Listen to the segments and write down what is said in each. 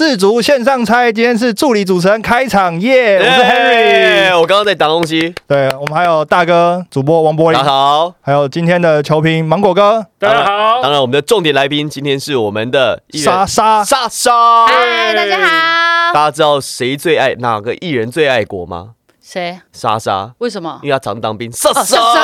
世足线上猜，今天是助理主持人开场耶我是 Henry。耶我刚刚在打东西。对我们还有大哥主播王柏大家林，好，还有今天的球评芒果哥大家好，当然我们的重点来宾今天是我们的艺人莎莎。莎莎。嗨，大家好。大家知道谁最爱哪个艺人最爱国吗？谁？莎莎，为什么因？为她常当兵。莎哦，莎莎，莎。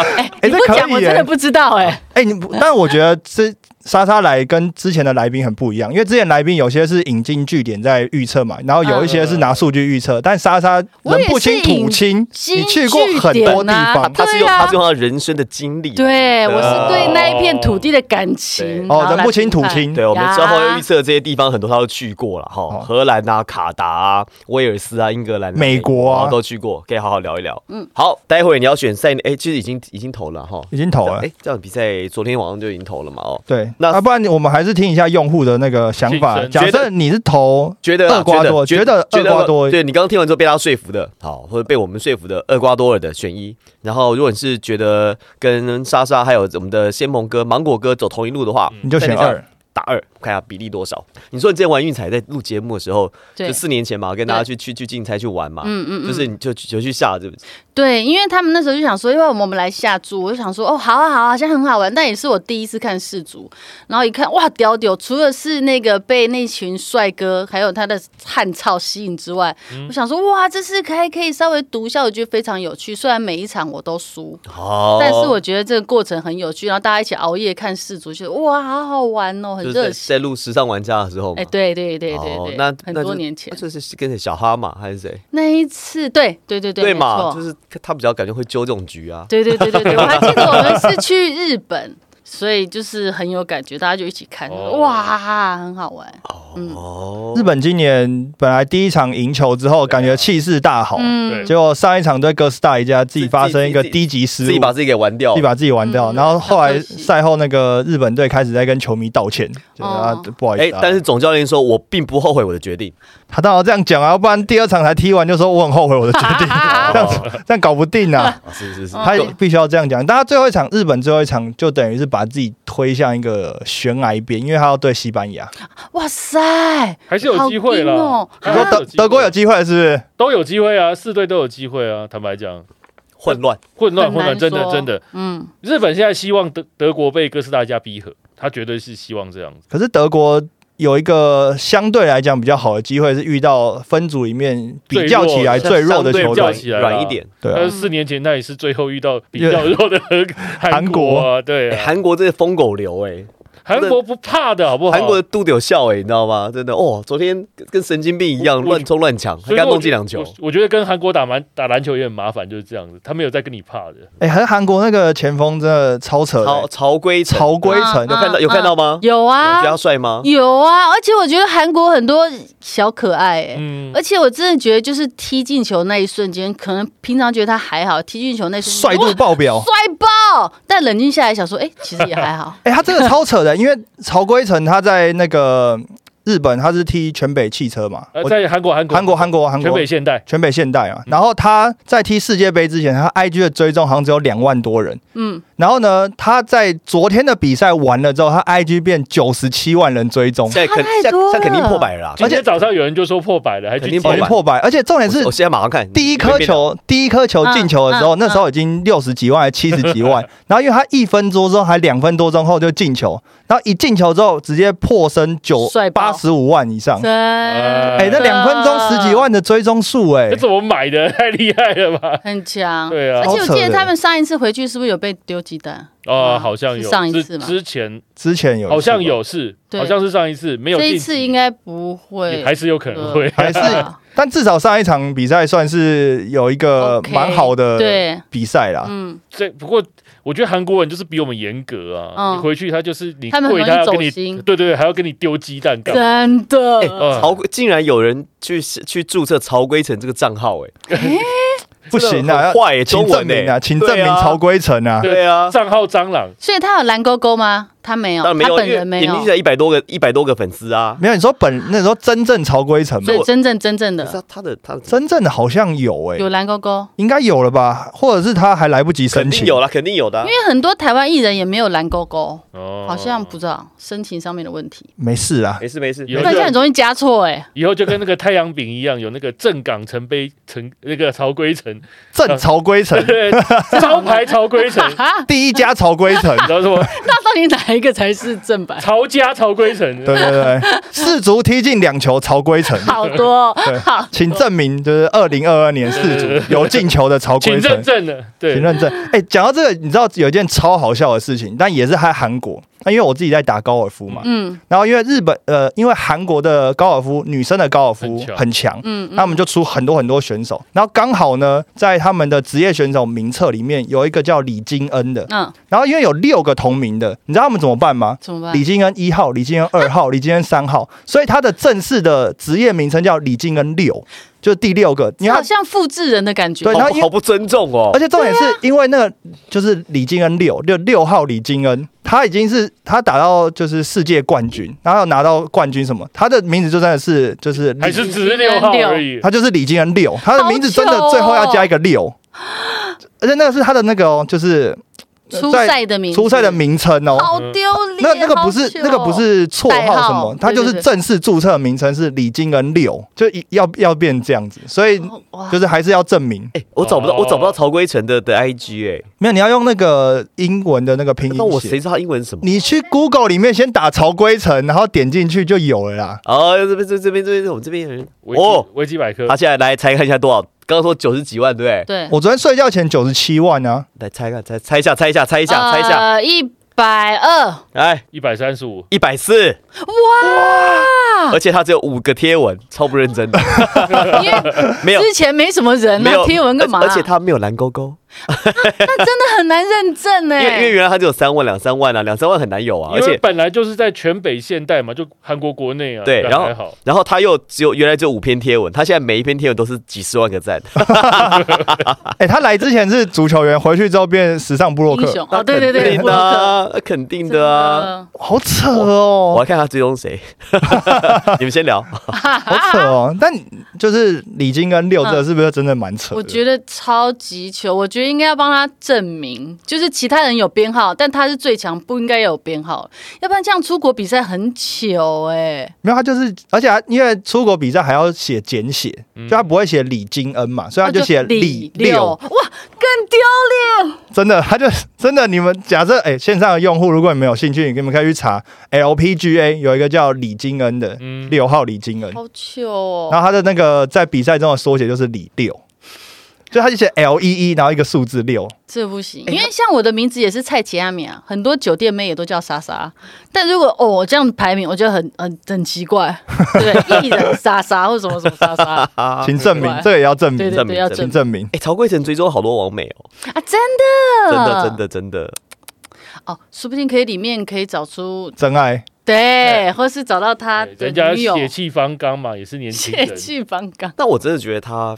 哎，哎哦你这不可以讲我耶真的不知道哎。哎、你 不但我觉得这莎莎来跟之前的来宾很不一样，因为之前来宾有些是引经据典在预测嘛，然后有一些是拿数据预测，但莎莎我人也不清嗯是土引清，你经去过据很多典地啊方。她是用对啊她是用她人生的经历。啊对，我是对哦那一片土地的感情。哦然后来人不清评判土清对，我们之后呀预测这些地方很多她都去过了哈，哦荷兰啊、卡达啊、威尔斯啊、英格兰啊、美国啊然后都去过，可以好好聊一聊。嗯嗯，好，待会你要选赛，哎，其实已经已经投了哈，已经投了哎，这场比赛昨天晚上就已经投了嘛哦。对，那啊，不然我们还是听一下用户的那个想竞法。争假觉设得你是投觉得啊厄瓜多觉得觉厄瓜多对你刚刚听完之后被他说服的，好，或者被我们说服的厄瓜多尔的选一。然后，如果你是觉得跟莎莎还有我们的仙盟哥、芒果哥走同一路的话，嗯你就选在那二上，打二，看一下比例多少。你说你之前玩运彩在录节目的时候，对就四年前嘛，跟大家对去去去竞猜去玩啊嘛，嗯嗯嗯就是你就就去下这对，因为他们那时候就想说，因为我们我们来下注，我就想说，哦，好啊好啊，好像很好玩，但也是我第一次看世足，然后一看，哇，屌屌！除了是那个被那群帅哥还有他的汗操吸引之外，嗯我想说，哇，这次还可以稍微读一下，我觉得非常有趣。虽然每一场我都输，哦但是我觉得这个过程很有趣，然后大家一起熬夜看世足，就哇，好好玩哦，很就是热在血。在录时尚玩家的时候嘛，哎，对对对对哦对，那很那多就年前这是跟谁小哈嘛还是谁？那一次，对对对对，没嘛，错。就是他比较感觉会揪这种局啊。对对对对对，我还记得我们是 去日本，所以就是很有感觉，大家就一起看，哦哇，很好玩。嗯哦日本今年本来第一场赢球之后，感觉气势大好，嗯，结果上一场对哥斯达黎加自己自己发生一个自己低级失误，自己把自己给玩掉自己。把自己玩掉，嗯然后后来好可惜赛后那个日本队开始在跟球迷道歉，就是啊哦不好意哎思、啊，，但是总教练说，我并不后悔我的决定。他当然这样讲啊，不然第二场才踢完就说我很后悔我的决定，哦这样子这样搞不定啊，啊是是是， 哦他必须要这样讲。但他最后一场日本最后一场就等于是把自己推向一个悬崖边，因为他要对西班牙，哇塞，还是有机会好硬啦哦。你还说是德机会德国有机会是不是？都有机会啊，四队都有机会啊。坦白讲，混乱。混乱很混乱，难真的说真的，嗯，日本现在希望德德国被哥斯达黎加逼和，他绝对是希望这样子。可是德国有一个相对来讲比较好的机会是遇到分组里面比较起来最弱的相球对较呃队，起来啦软一点。对啊但，是四年前他也是最后遇到比因为较弱的 和韩国啊，对哎啊，韩国这个疯狗流哎，韩国不怕的好不好？韩国的肚子有笑哎，你知道吗？真的哦，昨天跟跟神经病一样我乱冲乱抢，还所给以他说弄我进觉两得球我。我觉得跟韩国打蛮打篮球也很麻烦，就是这样子，他没有在跟你怕的。哎，还是韩国那个前锋真的超扯的，曹曹圭成，曹圭成嗯有看啊到有看到吗？有觉啊得，他帅吗？有啊，而且我觉得韩国很多小可爱，哎。嗯，而且我真的觉得，就是踢进球那一瞬间，可能平常觉得他还好，踢进球那一瞬帅间度哇爆表。。帅爆！但冷静下来想说，哎、其实也还好哎、他真的超扯的，因为曹圭成他在那个日本，他是踢全北汽车嘛，呃，我在韩国韩国韩国韩国韩全国北现嗯代，全北现代嘛。然后他在踢世界杯之前，他 IG 的追踪好像只有两万多人。嗯，然后呢，他在昨天的比赛完了之后，他 IG 变九十七万人追踪，现在肯差太现在多现在肯定了破百了啦。今天早上有人就说破百了，还去肯定哦已百经接破百。而且重点是我我现在马上看第一颗，啊球，第一颗球进球的时候，嗯嗯那时候已经六十几万、还七十几万。然后因为他一分多钟还两分多钟后就进球，然后一进球之后直接破身九帅爆八十五万以上。真哎、那两分钟十几万的追踪数、这哎，怎么买的？ 太厉害了吧！很强，对啊而且我超扯记的得他们上一次回去是不是有被丢鸡蛋？哦，啊好像是有，上一之次吗之前之前有一次吧好像，有是，对好像是上一次没有这晋级，一次应该不会也，还是有可能会。 还是对啊但至少上一场比赛算是有一个 OK，呃蛮好的对，比赛啦。嗯，这不过我觉得韩国人就是比我们严格啊，嗯你回去他就是你他们很容跪易他要跟走你，心对对对，还要跟你丢鸡蛋啊干嘛。真哎 的，呃曹圭竟然有人去去注册曹圭成这个账号哎，不行真的啊，很坏耶，请中证文明啊，哎，请证对明啊曹圭成啊。对啊，账号蟑螂，所以他有蓝勾勾吗？他没有，当然没有哦啊，他本因为人没点有进去，才一百多个一百多个粉丝啊。没有，你说本那时候真正曹圭城吗所？以真正真正可是的他他的他的真正的好像有哎、有蓝勾勾，应该有了吧？或者是他还来不及申肯定请？有啦，肯定有的啊因。为很多台湾艺人也没有蓝勾勾，哦，好像不知道申请上面的问题，没事啊啦，没事没事，有大一家个很容易加错哎。以后就跟那个太阳饼一样，有那个正港陈碑陈那个曹 圭城，正曹圭城对招牌曹圭 城，你啊，第一家曹圭城，知道什么？那到底哪一个才是正 版？曹家曹圭城，对对对，四足踢进两球，曹圭城。好多哦，对好，请证明就是二零二二年四组有进球的曹圭请城认，证了，对请，认证。哎、讲到这个，你知道有一件超好笑的事情，但也是在韩国。那因为我自己在打高尔夫嘛，嗯然后因为日本呃，因为韩国的高尔夫女生的高尔夫很强很强，嗯，嗯他们就出很多很多选手。然后刚好呢，在他们的职业选手名册里面有一个叫李金恩的，嗯然后因为有六个同名的，你知道他们怎么办吗？怎么办李？金恩一号、李金恩二 号、李金恩三号，所以他的正式的职业名称叫李金恩六，就是第六个。你好看，像复制人的感觉对，然好后因好不尊重哦而。且重点是因为那个就是李金恩六六六号李金恩，他已经是他打到就是世界冠军，然后拿到冠军什么，他的名字就真的是就是李还是只是六号而已。他就是李金恩六，他的名字真的好糗哦最后要加一个六，而且那个是他的那个哦，就是初赛的名字，初赛的名称哦。好丢脸。那那个不好是糗哦那个不是绰号什么代号，他就对对是对正式注册名称是李金恩六，就一要要变这样子，所以哦哇就是还是要证明。哎，我找不到哦我找不到曹圭成的的 IG 哎，没有，你要用那个英文的那个拼那我音谁写。知道他英文是什么？你去 Google 里面先打曹圭城，然后点进去就有了啦。哦，这边这这边这边我们这边有人维基哦，维基百科他，现在来猜看一下多少？刚刚说九十几万对不对？对，我昨天睡觉前九十七万啊，来猜看猜猜一下猜一下猜一一下猜一下，呃，一百二，来一百三十五，一百四，哇！而且他只有五个贴文，超不认真 的，因为没有之前没什么人没啊，有贴文干嘛？而且而且他没有蓝勾勾，那很难认证因为因为哎。原来他只有三万两三万啊，两三万很难有啊，而因为且本来就是在全北现代嘛，就韩国国内啊，对本来然后还好，然后他又只有原来只有五篇贴文，他现在每一篇贴文都是几十万个赞，啊哎、他来之前是足球员，回去之后变时尚部落英客，雄哦，对对对，肯定的啊，肯定的啊。好扯我哦要，看他追踪谁，你们先聊。好扯哦。但就是李金跟六这是不是真的蛮扯的？嗯我觉得超级糗，我觉得应该要帮他证明，就是其他人有编号，但他是最强，不应该有编号，要不然这样出国比赛很糗哎、没有，他就是，而且他因为出国比赛还要写简写，嗯就他不会写李金恩嘛，所以他啊就写李哦六，六。哇，更丢脸！真的，他就真的，你们假设哎、线上的用户如果你们有兴趣，你们可以去查 LPGA 有一个叫李金恩的嗯六号李金恩，好糗哦，然后他的那个在比赛中的缩写就是李六，就他就写 L E E，然后一个数字六。这不行，因为像我的名字也是蔡奇亚米啊，很多酒店妹也都叫莎莎，但如果哦我这样排名，我觉得很很很奇怪，对不对， 艺人莎莎或什么什么莎莎，请证明对，这个也要证对明，对证对，明要请证明证明。啊哎、曹贵成追踪好多网美哦，啊，真真的，的真的真的，哦，说不定可以里面可以找出真爱，对，或是找到他对的人家女友，血气方刚嘛，也是年轻人血，气方刚，但我真的觉得他，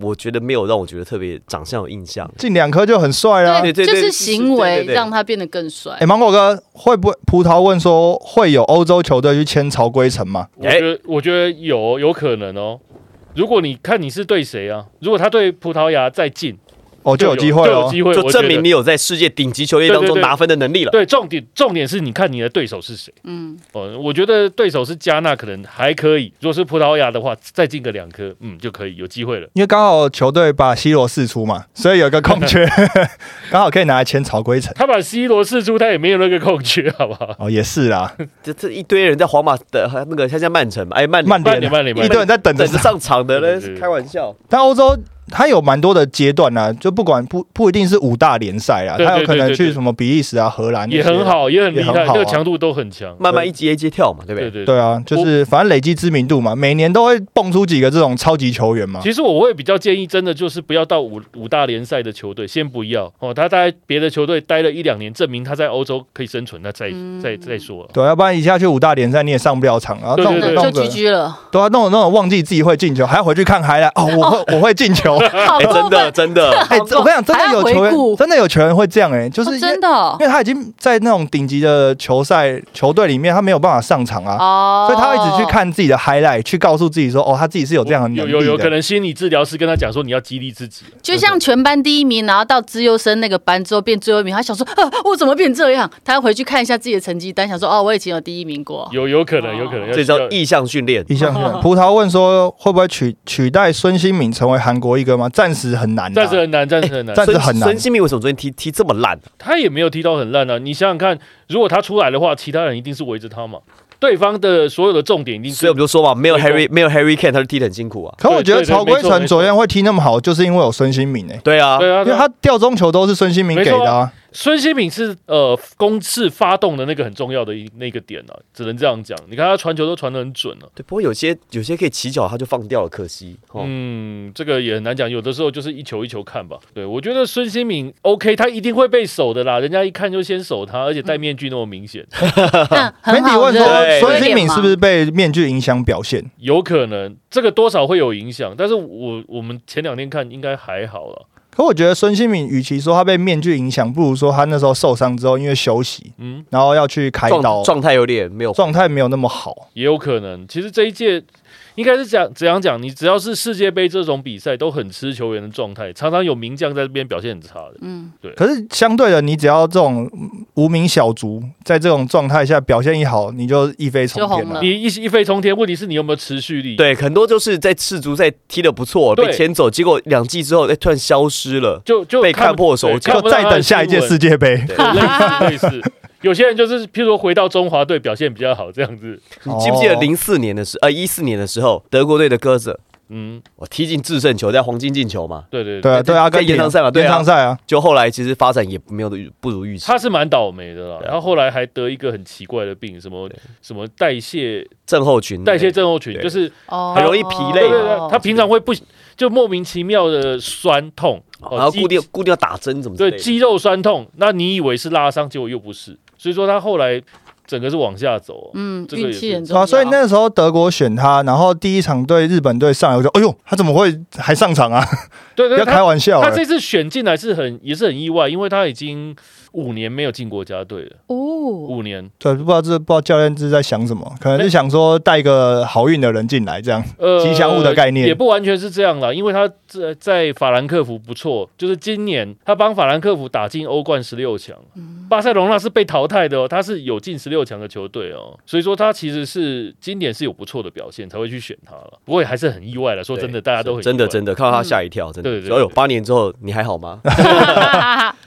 我觉得没有让我觉得特别长相有印象。进两颗就很帅啦。对对对就是对行对为对对让他变得更帅哎、。芒果哥会不会？葡萄问说会有欧洲球队去签曹圭城吗？我觉得我觉得有有可能哦。如果你看你是对谁啊？如果他对葡萄牙再进，哦，就有机会就有哦。机会，就我觉证明得你有在世界顶级球队对当对中对拿分的能力了。对重点重点是你看你的对手是谁。嗯，哦，我觉得对手是加纳，可能还可以。如果是葡萄牙的话，再进个两颗，嗯，就可以有机会了。因为刚好球队把 C 罗释出 嘛，所以有一个空缺， 刚好可以拿来签曹圭城。他把 C 罗试出，他也没有那个空缺，好不好？哦，也是 啦，这这一堆人在皇马的那个，像像曼城嘛，哎，曼曼慢联点，慢点，慢一堆人点。在等着等着上场的对呢对对，对开玩笑。但欧洲它有蛮多的阶段啦、就不管不不一定是五大联赛啦，对它有可能对对对去什么比利时啊、荷兰那些也很。好，也很厉也很害，好啊那个强度都很强。慢慢一阶一阶跳嘛，对不对对？对对。对啊，就是反正累积知名度嘛，每年都会蹦出几个这种超级球员嘛。其实我会比较建议，真的就是不要到五五大联赛的球队，先不要哦。他在别的球队待了一两年，证明他在欧洲可以嗯生存，那再再再说了。对啊，要不然一下去五大联赛你也上不了场，然后对弄对那对弄就个 GG 了，都要弄那种忘记自己会进球，还要回去看海来哦，我 会我会进球。好哎，过真分，的真的，哎，这我跟你讲，真的有球还要回顾员，真的有球员会这样哎，就是哦因为真的哦因为他已经在那种顶级的球赛球队里面，他没有办法上场啊，哦，所以他一直去，看自己的 highlight，去告诉自己说，哦，他自己是有这样的能有力有有可的。能心理治疗师跟他讲说你要激励自己，哦就像全班第一名，然后到资优生那个班之后变最后一名，他想说啊，我怎么变这样？他要回去看一下自己的成绩单，想说哦，我以前有第一 名过。有有可能哦有可哦能要这叫要意向训练。一项葡萄问说，会不会取取代孙兴敏成为韩国一哥吗？暂时很难啊，暂时很难，暂时很难。暂时哎孙很难孙。兴民为什么昨天踢踢这么烂？他也没有踢到很烂啊。你想想看，如果他出来的话，其他人一定是围着他嘛。对方的所有的重点一定所以我是们就说嘛，没有对 Harry 没有 Harry Kane，他就踢得很辛苦啊。可我觉得对对对曹圭没错成没错昨天会踢那么好，就是因为有孙兴敏哎，对啊，对啊，因为他吊中球都是孙兴敏没给错啊的啊。孙兴敏是呃攻势发动的那个很重要的一那个点啊，只能这样讲。你看他传球都传得很准啊了、对，不过有些有些可以起脚，他就放掉了，可惜。哦，嗯，这个也很难讲，有的时候就是一球一球看吧。对我觉得孙兴敏 OK，他一定会被守的啦，人家一看就先守他，而且戴面具那么明显，那媒很体啊好问的说对孙兴敏是不是被面具影响表现？有可能这个多少会有影响。但是我我们前两天看应该还好了，可我觉得孙兴敏，与其说他被面具影响，不如说他那时候受伤之后，因为休息，嗯，然后要去开刀状，状态有点没有。状态没有那么好。也有可能。其实这一届应该是讲怎样讲，你只要是世界杯这种比赛，都很吃球员的状态，常常有名将在这边表现很差的。嗯，可是相对的，你只要这种嗯无名小卒在这种状态下表现一好，你就一飞冲天就红了你一一飞冲天，问题是你有没有持续力？对，很多就是在赤足赛踢得不错，哦对被牵走，结果两季之后，哎，突然消失了。就就被看看破手脚看不就到再他的等下一届世界杯。新闻，对类似类似。有些人就是，譬如说回到中华队表现比较好这样子，你记不记得哦零四年的时，呃，一四年的时候，德国队的鸽子，嗯，我踢进制胜球，在黄金进球嘛，对对对啊，对啊，在跟延长赛嘛对啊延长赛啊，就后来其实发展也没有的不如预期，他是蛮倒霉的啦。对啊然后后来还得一个很奇怪的病，什么什么代谢症候群哎代谢症候嗯群，对就是哦，嗯很容易疲累对对对对，他平常会不就莫名其妙的酸痛，哦然后肌固定固定要打针怎么之类对的肌肉酸痛，那你以为是拉伤，结果又不是，所以说他后来整个是往下走、哦。嗯，这个运也气是很重对要。啊，所以 那时候德国选他，然后第一场对日本队上来，我就哎呦，他怎么会还上场啊？对不 对，要他开玩笑啊他了。这次选进来是很也是很意外，因为他已经五年没有进国家队了，哦，五年。对，不知道这不知道教练是在想什么，可能是想说带一个好运的人进来这样。呃吉祥物的概念也不完全是这样啦，因为他在在法兰克福不错，就是今年他帮法兰克福打进欧冠十六强，巴塞隆纳是被淘汰的哦，他是有进十六强的球队哦，所以说他其实是今年是有不错的表现才会去选他了，不过也还是很意外了，说对真的，大家都很真的真的的看到他吓一跳，真的。对对对哎呦，八年之后你还好吗？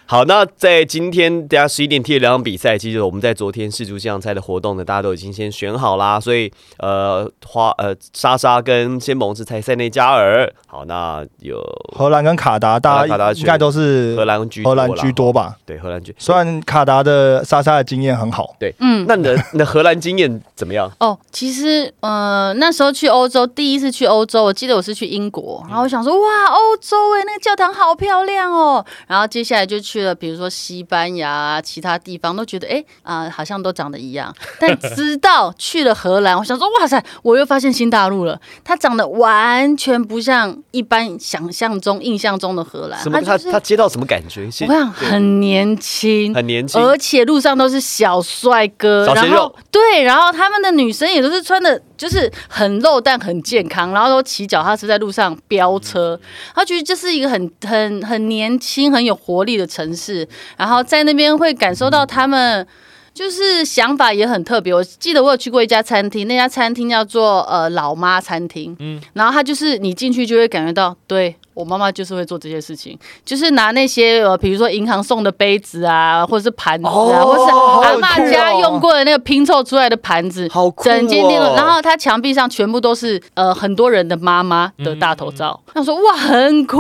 好，那在今天大家十一点踢的两场比赛，其实我们在昨天世足项赛的活动呢，大家都已经先选好啦，所以呃花呃莎莎跟仙盟是猜塞内加尔。好，那有荷兰跟卡达，大荷兰卡家达应该都是荷兰居荷兰多啦居，多吧？对荷兰居。虽然卡达的莎莎的经验很好， 嗯。那你的你的荷兰经验怎么样？哦，其实，呃，那时候去欧洲，第一次去欧洲，我记得我是去英国，然后我想说，哇，欧洲哎诶，那个教堂好漂亮哦。然后接下来就去了，比如说西班牙啊，其他地方，都觉得，诶，啊、好像都长得一样。但直到去了荷兰，我想说，哇塞，我又发现新大陆了，它长得完全不像一般想象中、印象中的荷兰，什么？它他就是他接到什么感觉？我看很年轻，很年轻，而且路上都是小帅哥，小鲜然肉后对，然后他们的女生也都是穿的，就是很肉但很健康，然后都骑脚踏车在路上飙车，嗯他觉得这是一个很很很年轻、很有活力的城市，然后在那边会感受到他们。就是想法也很特别。我记得我有去过一家餐厅，那家餐厅叫做呃老妈餐厅，嗯，然后它就是你进去就会感觉到，对我妈妈就是会做这些事情，就是拿那些呃比如说银行送的杯子啊，或者是盘子啊，哦或者是好阿有妈趣哦家用过的那个拼凑出来的盘子，好酷哦整间店都，然后它墙壁上全部都是呃很多人的妈妈的大头照，嗯那我说哇很酷，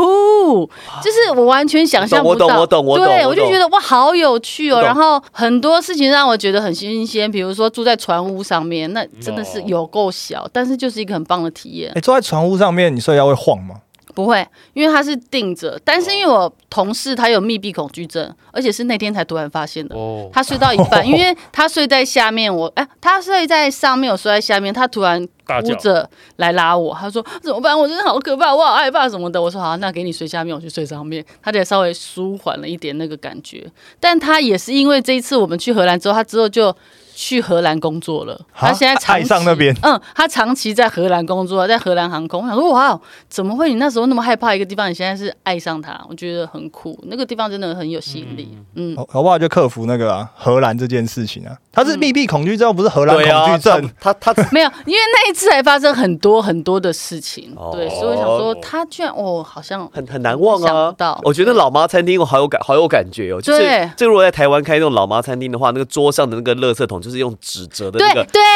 就是我完全想象不我到，懂我懂我懂对我懂我就觉得哇好有趣我哦，懂然后很多事情让我觉得很新鲜，比如说住在船屋上面，哦那真的是有够小，但是就是一个很棒的体验哎、，坐在船屋上面，你睡觉会晃吗？不会，因为他是定着。但是因为我同事他有密闭恐惧症，而且是那天才突然发现的。哦，他睡到一半，因为他睡在下面，我哎、他睡在上面，我睡在下面，他突然大哭叫着来拉我，他说怎么办？我真的好可怕，我好害怕什么的。我说好，那给你睡下面，我去睡上面。他得稍微舒缓了一点那个感觉，但他也是因为这一次我们去荷兰之后，他之后就。去荷兰工作了，啊他现在长期爱上那边嗯，他长期在荷兰工作，在荷兰航空。我想说，哇，哦怎么会你那时候那么害怕一个地方，你现在是爱上它？我觉得很酷，那个地方真的很有吸引力。嗯，好好不好就克服那个、啊、荷兰这件事情啊？他是密闭恐惧症，不是荷兰对恐啊，惧症。他他他没有，因为那一次还发生很多很多的事情，哦对，所以我想说，他居然哦，好像很很难忘想不啊到！我觉得老妈餐厅我好有感，好有感觉哦。就是对这个如果在台湾开那种老妈餐厅的话，那个桌上的那个垃圾桶就是用纸折的那对个，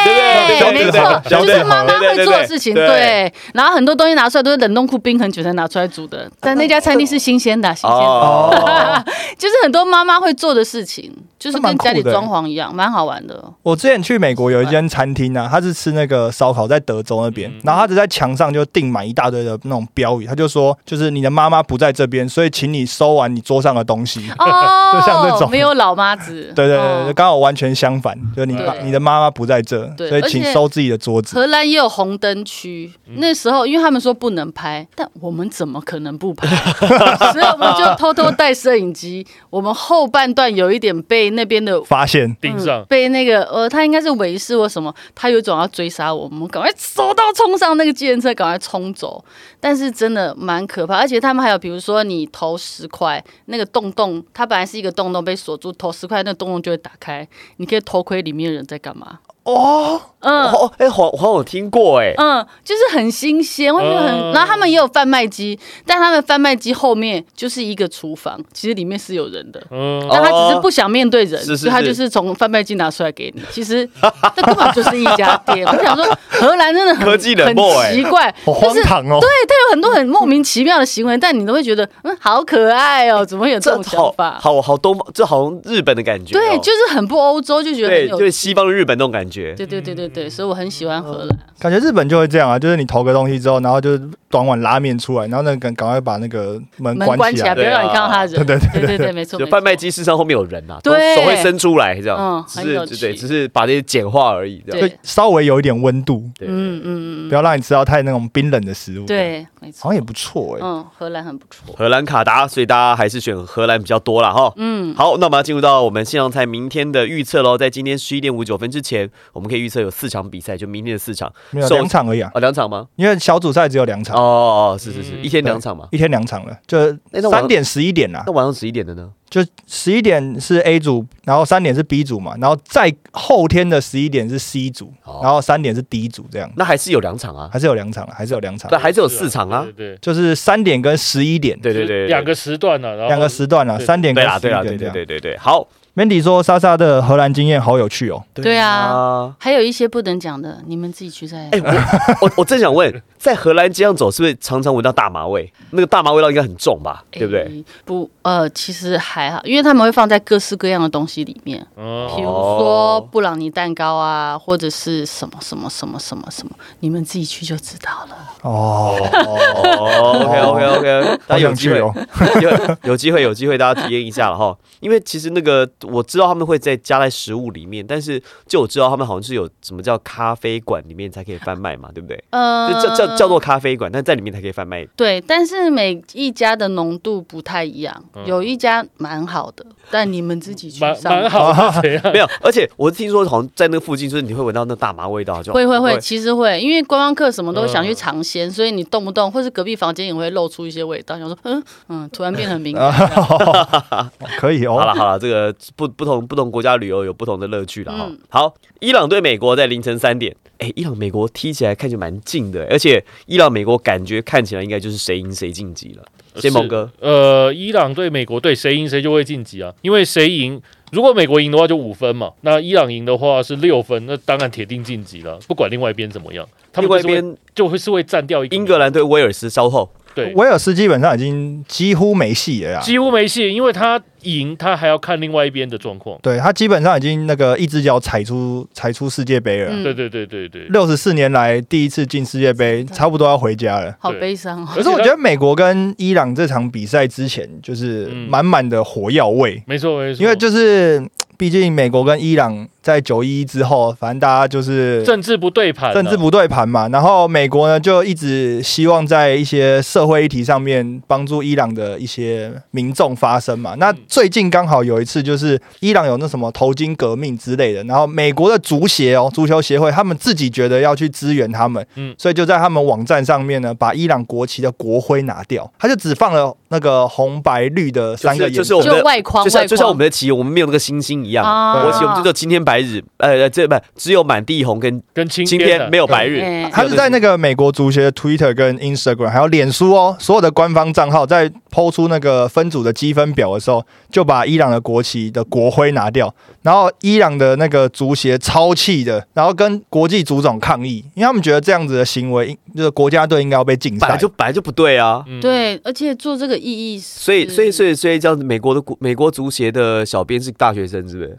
对对对对没错，小就是对妈妈对会对做的对事情，对对。然后很多东西拿出来都是冷冻库冰很久才拿出来煮的，但那家餐厅是新鲜的，新鲜的，啊哦，就是很多妈妈会做的事情，就是那蛮跟家里酷的欸装潢一样，蛮好玩 的。 我之前去美国有一间餐厅啊，他是吃那个烧烤，在德州那边嗯，然后他只在墙上就订满一大堆的那种标语，他就说，就是你的妈妈不在这边，所以请你收完你桌上的东西。哦，就像这种没有老妈子，对对哦对，刚好完全相反，就是你对妈你的妈妈不在这，对所以请而且收自己的桌子。荷兰也有红灯区，那时候因为他们说不能拍，但我们怎么可能不拍？ 所以我们就偷偷带摄影机。我们后半段有一点被那边的。发现顶上嗯被那个呃，他应该是维士或什么，他有一种要追杀我，我们赶快手到冲上那个计程车，赶快冲走。但是真的蛮可怕，而且他们还有，比如说你投十块，那个洞洞，它本来是一个洞洞被锁住，投十块，那个洞洞就会打开，你可以偷窥里面的人在干嘛。哦，嗯，哦，哎，好好像有听过哎，嗯，就是很新鲜，我觉得很。嗯然后他们也有贩卖机，但他们贩卖机后面就是一个厨房，其实里面是有人的。嗯，但他只是不想面对人，哦是是所以他是就是从贩卖机拿出来给你。其实这根本就是一家店。我想说，荷兰真的很科技冷漠很欸奇怪，好荒就是唐哦！对他有很多很莫名其妙的行为，但你都会觉得，嗯，好可爱哦，怎么会有这这种想好法？好好东，这好像日本的感觉哦，对，就是很不欧洲，就觉得很对，就有是西方日本那种感觉，对对对对对，所以我很喜欢荷兰。感觉日本就会这样啊，就是你投个东西之后，然后就是端碗拉面出来，然后那个赶赶快把那个门嗯门关起起来来，不。要让你看到他的人。对对对对，没错。就没错贩卖机事实上后面有人啊，对手手会伸出来这样嗯，只很有是对，趣只是把这些简化而已这对样。就稍微有一点温度，对，嗯嗯嗯不要让你吃到太那种冰冷的食物。嗯，，对，没好错。像也不错哎、嗯，荷兰很不错。荷兰卡达，所以大家还是选荷兰比较多啦哈。嗯，好，那我们要进入到我们现场猜明天的预测喽。在今天十一点五九分之前，我们可以预测有四场比赛，就明天的四场没有首两场而已啊，哦，两场吗？因为小组赛只有两哦场，哦，哦是是是，嗯一天两场嘛。一天两场了，就哎那我三点十一点啦啊那，晚上十一点的呢？就十一点是 A 组，然后三点是 B 组嘛，然后再后天的十一点是 C 组，哦然后三点是 D 组，这样那还是有两场啊，还是有两场了，还是有两场但，还是有四场啊对。对就是三点跟十一点对对就对，对两个时段啊呢，然后两个时段了，啊对三点对跟啦十对一啦对点这对样。对对对，好。 Mandy 说莎莎的荷兰经验好有趣哦，对啊，，还有一些不能讲的，你们自己去再。哎、我我我正想问，在荷兰街上走，是不是常常闻到大麻味？那个大麻味道应该很重吧，对不对？哎？不，呃，其实还好，因为他们会放在各式各样的东西里面，嗯比如说布朗尼蛋糕啊，或者是什么什么什么什么什么，你们自己去就知道了。哦，哦，OK OK OK，大好家有想机去会 哦，有有机会有机会大家体验一下了哈。因为其实那个我知道他们会在加在食物里面，但是就我知道他们好像是有什么叫咖啡馆里面才可以贩卖嘛，对不对？呃就，叫叫叫做咖啡馆，但在里面才可以贩卖。对，但是每一家的浓度不太一样，有一家蛮好的，但你们自己去蛮上蛮 好的，啊怎样？没有，而且我听说好像在那附近，就是你会闻到那大麻味道，就会会会，其实会，因为观光客什么都想嗯去尝鲜，所以你动不动或是隔壁房间也会露出一些味道，想说嗯嗯，突然变很敏感。啊可以好哦，了好了，这个不不同不同国家旅游有不同的乐趣了哈。嗯好，伊朗对美国在凌晨三点，哎、伊朗美国踢起来看起来蛮近的，而且伊朗美国感觉看起来应该就是谁赢谁晋级了。先蒙哥，呃，伊朗对美国队谁赢谁就会晋级啊，因为谁赢，如果美国赢的话就五分嘛，那伊朗赢的话是六分，那当然铁定晋级了，不管另外一边怎么样，他另外们一就是会边就会是会占掉一个英格兰对威尔斯稍后，对，威尔斯基本上已经几乎没戏了啦。几乎没戏，因为他赢，他还要看另外一边的状况。对他基本上已经那个一只脚踩出踩出世界杯了，嗯对对对对对，六十四年来第一次进世界杯，的差不多要回家了。好对悲伤哦。可是我觉得美国跟伊朗这场比赛之前，就是嗯满满的火药味，没错没错，因为就是毕竟美国跟伊朗在九一一之后，反正大家就是政治不对盘啊，政治不对盘嘛，然后美国呢就一直希望在一些社会议题上面帮助伊朗的一些民众发声嘛。那最近刚好有一次，就是伊朗有那什么头巾革命之类的，然后美国的足协哦，足球协会他们自己觉得要去支援他们，嗯所以就在他们网站上面呢，把伊朗国旗的国徽拿掉，他就只放了那个红白绿的三个颜就是色。我们就的外框，就外像框就像我们的旗，我们没有那个星星一样。啊国旗我们就只有青天白日，呃，这不只有满地红跟跟青青天啊天没有白日对。他是在那个美国足协的 Twitter 跟 Instagram 还有脸书哦，所有的官方账号在抛出那个分组的积分表的时候，就把伊朗的国旗的国徽拿掉，然后伊朗的那个足协超气的，然后跟国际足总抗议，因为他们觉得这样子的行为，就是国家队应该要被禁本来赛。就本来就不对啊。嗯对，而且做这个意 义是， 所以，所以，所以，所以，这样子，美国的国美国足协的小编是大学生，是不 是？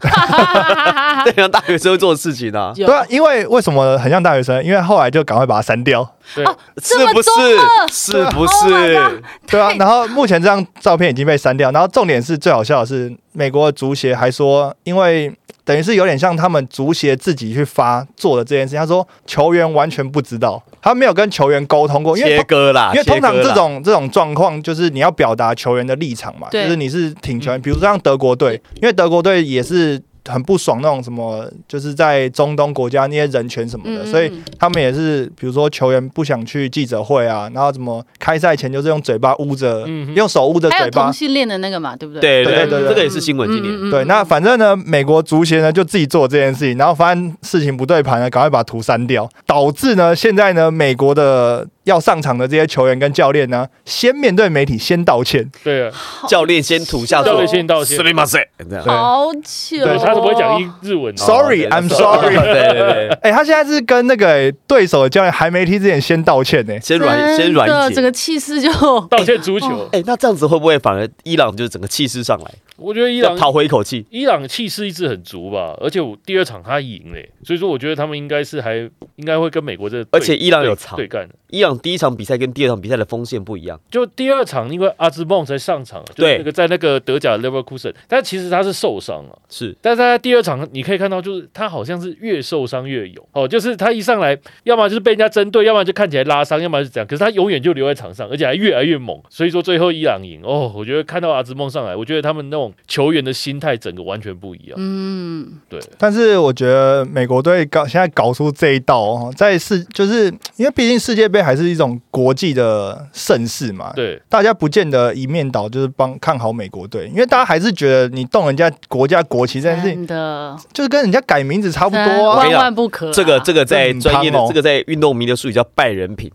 对，像大学生会做的事情啊，有对啊，因为为什么很像大学生？因为后来就赶快把它删掉，对哦是这么不是多了？是不 Oh my 是？ 对啊。然后目前这张照片已经被删掉，然后重点是最好笑的是，美国的足协还说，因为等于是有点像他们足协自己去发做的这件事情，他说球员完全不知道，他没有跟球员沟通过，哦因为 切割啦，因为通常切割啦这种这种状况，就是你要表达球员的立场嘛，就对是你是挺球员，比如说像德国队，因为德国队也是很不爽那种什么，就是在中东国家那些人权什么的，嗯嗯啊所以嗯他们也是，比如说球员不想去记者会啊，然后怎么开赛前就是用嘴巴捂着，嗯哼用手捂着还嘴有巴同，性恋的那个嘛，对不对？嗯对对对对对这个也是新闻今年。对，那反正呢，美国足协呢就自己做这件事情，然后发现事情不对盘呢，赶快把图删掉，导致呢现在呢美国的要上场的这些球员跟教练呢，先面对媒体先道歉，对啊，教练先吐下教座练先道歉す，みません这样对好糗哦。对对他是不会讲英日文的。啊 Sorry, 哦对 I'm 对 sorry 对对对，哎、他现在是跟那个、哎对手的教练还没踢之前先道歉呢、先软先真软的一截。整个气势就道歉足球，哎，那这样子会不会反而伊朗就是整个气势上来，我觉得伊要朗讨回一口气？伊朗气势一直很足吧，而且我第二场他赢嘞，所以说我觉得他们应该是还应该会跟美国这而对且伊朗有对藏对干的。伊朗第一场比赛跟第二场比赛的锋线不一样，就第二场，因为阿兹梦才上场，就是对那个在那个德甲 Leverkusen，但其实他是受伤了、是但是他在第二场你可以看到，就是他好像是越受伤越勇哦，就是他一上来，要么就是被人家针对，要么就看起来拉伤，要么就是这样。可是他永远就留在场上，而且还越来越猛。所以说最后伊朗赢哦，我觉得看到阿兹梦上来，我觉得他们那种球员的心态整个完全不一样。嗯，对，但是我觉得美国队搞现在搞出这一道哦，在世就是因为毕竟世界杯还是一种国际的盛事嘛，对，大家不见得一面倒，就是帮看好美国队，因为大家还是觉得你动人家国家国旗这件事情，真的就是跟人家改名字差不多我啊跟。万你讲万不可啊。这个这个在这很专业的汤哦这个在运动迷的术语叫拜人品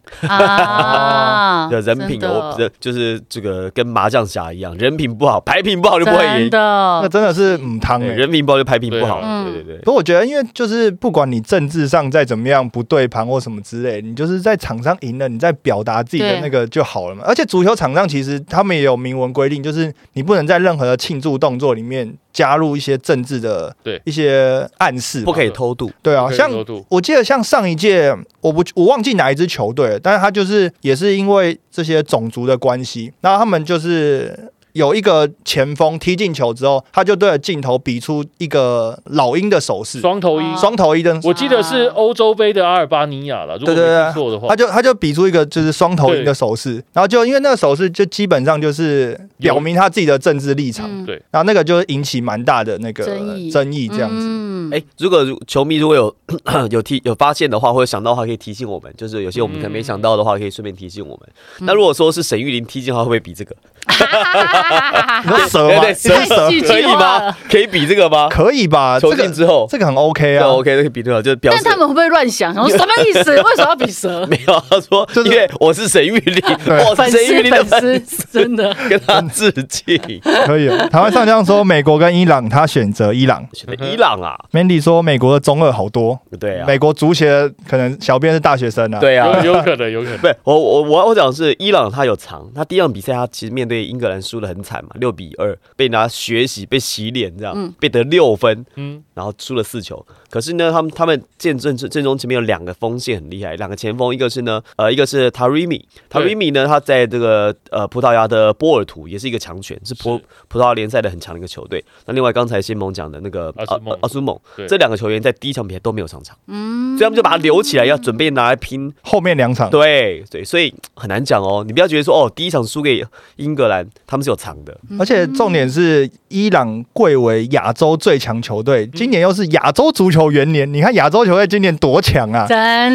啊的人品，真的我就是这个跟麻将侠一样，人品不好，牌品不好就不会真赢。那的，真的是嗯汤对哎、人品不好就牌品不好对啊，对对对。不过我觉得，因为就是不管你政治上再怎么样不对盘或什么之类，你就是在场上赢了，你在表达自己的对那个就好了嘛。而且足球场上其实他们也有明文规定，就是你不能在任何的庆祝动作里面加入一些政治的对一些暗示嘛。嗯不可以偷渡，对啊，可以像偷渡我记得像上一届，我不我忘记哪一支球队了，但是他就是也是因为这些种族的关系，然后他们就是有一个前锋踢进球之后，他就对着镜头比出一个老鹰的手势，双头鹰啊，双头一的，我记得是欧洲杯的阿尔巴尼亚了，如果对对对没记错的话哦他，就他就比出一个就是双头鹰的手势，然后就因为那个手势就基本上就是表明他自己的政治立场，嗯对然后那个就引起蛮大的那个争议争议这样子。嗯哎、如果如球迷如果有 有提有发现的话，或者想到的话，可以提嗯 음.醒我们。就是有些我们可能没想到的话，可以顺便提醒我们。那如果说是沈玉琳踢进的话，会不会比这个？你啊说蛇吗？对对一只蛇蛇太细可以吗？可以比这个吗？可以吧？啊这囚个禁之后，这个很 OK 啊那。OK，那个比对了，就表但示他们会不会乱想？然后什么意思？为什么要比蛇？没有。他说，就是因为我是沈玉琳，对我粉是丝沈玉琳的粉丝，粉丝真的，跟他致敬。可以。啊 台湾上将说美国跟伊朗，他选择伊朗。选的伊朗啊， Mandy 说美国的中二好多， 对啊，美国足协可能小编是大学生啊。，对啊，有有可能，有可能。不是我我我我讲的是伊朗，他有藏，他第一场比赛他其实面对英格兰输的很惨嘛，六比二被拿血洗被洗脸这样，被得六分，嗯，然后输了四球。可是呢，他们他们见证阵中前面有两个锋线很厉害，两个前锋，一个是呢呃一个是 Tarimi，Tarimi 呢他在这个呃葡萄牙的波尔图也是一个强权，是葡是葡萄牙联赛的很强的一个球队。那另外刚才新蒙讲的那个阿苏蒙呃阿苏蒙对这两个球员在第一场比赛都没有上场，嗯，所以他们就把他留起来，要准备拿来拼后面两场对对，所以很难讲哦。你不要觉得说哦，第一场输给英格兰，他们是有藏的，嗯而且重点是，伊朗贵为亚洲最强球嗯队，今年又是亚洲足球元年。你看亚洲球队今年多强啊！真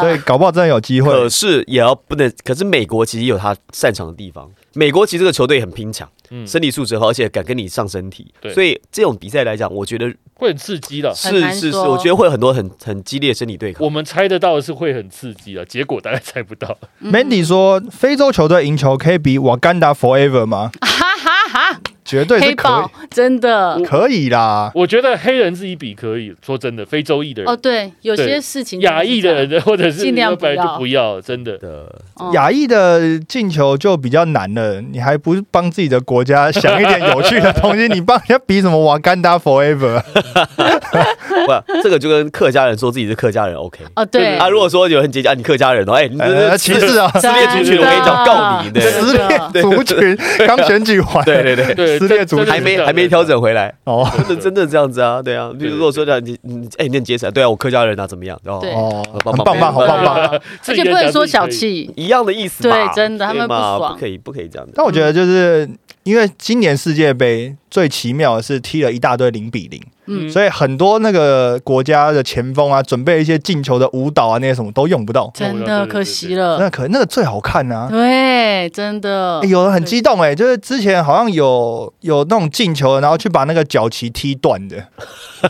所以的。搞不好真的有机可会。是也要不能。可是美国其实也有他擅长的地方。美国其实这个球队很拼抢，嗯，身体素质好，而且敢跟你上身体对。所以这种比赛来讲，我觉得会很刺激的。是难是是，说我觉得会有很多很很激烈的身体对抗我。们猜得到的是会很刺激的，结果大概猜 不到。嗯 Mandy 说，非洲球队赢球可以比瓦干达 Forever 吗？哈哈哈，绝对黑是可豹真的以，可以啦。我觉得黑人自己比可以，说真的，非洲裔的哦，人、对，有对些事情亚裔的人或者是尽量不本来要就不要，真的。的哦亚裔的进球就比较难了，你还不帮自己的国家想一点有趣的东西？你帮人家比什么瓦干达 Forever？不，这个就跟客家人说自己是客家人 OK 哦，对对啊。，如果说有人接近啊，你客家人哦，哎，你呃，这歧视啊，撕裂族群，我跟你讲告你，对真撕的裂族群刚选举完，对对对，对，撕裂族群真还的是没这样还没调整回来。哦真的真的这样子啊，对啊。比对如果说这样，你你哎，你很节省，对啊，我客家人啊，怎么样？哦，对哦，棒很棒棒棒，好棒棒。而自己且跟不人能家说自己可小以，气，一样的意思嘛。对真的他们对嘛不爽不可以不可以这样的。但我嗯觉得就是因为今年世界杯最奇妙的是踢了一大堆零比零， 음.嗯，所以很多那个国家的前锋啊，准备一些进球的舞蹈啊，那些什么都用不到。真的可惜了。那可那个最好看呃啊！对，真的欸、有人很激动哎、就是之前好像有有那种进球的，然后去把那个角旗踢断的，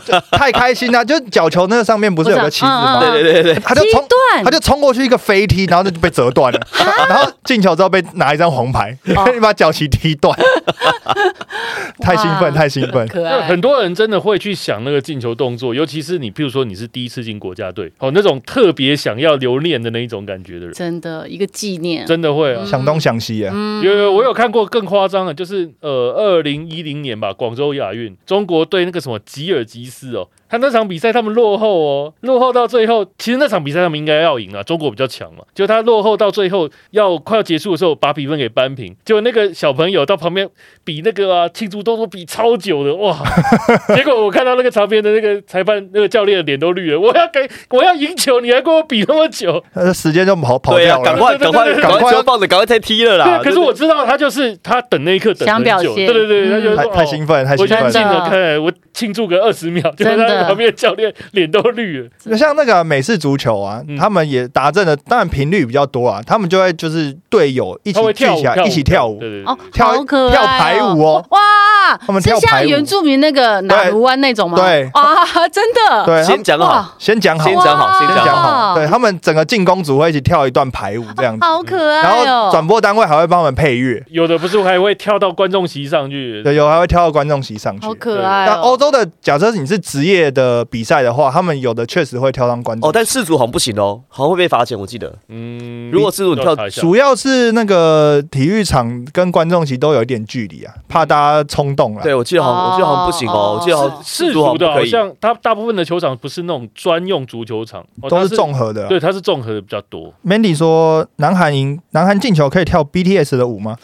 就太开心了、啊就角球那上面不是有个旗子吗？我知道嗯嗯嗯对对对对，他就踢冲，断他就冲过去一个飞踢，然后就被折 断了。啊然后进球之后被拿一张红牌，因哦 为你把脚旗踢 断，太兴奋，哇太兴奋。可那爱很，多人真的会去想那个进球动作，尤其是你，譬如说你是第一次进国家队，哦，那种特别想要留恋的那一种感觉的人，真的一个纪念。真的会啊。想东想西啊，嗯有有，我有看过更夸张的，就是呃，二零一零年吧，广州亚运，中国对那个什么吉尔吉斯哦，他那场比赛他们落后哦，落后到最后，其实那场比赛他们应该要赢啊，中国比较强嘛，就他落后到最后要快要结束的时候，把比分给扳平，结果那个小朋友到旁边比那个啊庆祝动作比超久的哇， 结果我看到那个场边的那个裁判那个教练的脸都绿了，我要给我要赢球，你还跟我比那么久，呃，时间就跑跑对啊，掉赶了。 快赶快对 对对赶赶快快球放 着，赶快再踢了啦。对，可是我知道他就是他等那一刻等想很表久，现对对对，他嗯就太说哦太兴奋，太我兴就觉得奋这进了。了，看我庆祝个二十秒，就真的他旁边的教练脸都绿了。那像那个美式足球啊嗯，他们也达阵的，当然频率比较多啊，他们就会就是队友一起他会聚跳舞起，来，一起跳舞对，对对哦，跳好可爱跳排舞哦哇！他们是跳像排舞原住民那个哪卢湾那种吗？对啊，真的，对，哎他先们讲好，先讲好，先先讲好，哇先讲讲好。好，对他们整个进攻组会一起跳一段排舞这样子，哦好可然爱后哦。转播单位还会帮我们配乐，有的不是还会跳到观众席上去，对，有还会跳到观众席上去好。可爱那欧哦。洲的，假设你是职业的比赛的话，他们有的确实会跳上观众。哦，但世足好像不行哦，好像会被罚钱，我记得。嗯如果是我跳要查一下主要是那个体育场跟观众席都有一点距离啊，怕大家冲动啊了。对，我记得好像，我记得好像不行哦，哦我记得好像世足好足的像不好可以。像他大部分的球场不是那种专用足球场，哦都是，它综合的啊。对，它是综合的比较多。 Mandy 说，南韩赢，南韩进球可以跳 BTS 的舞吗？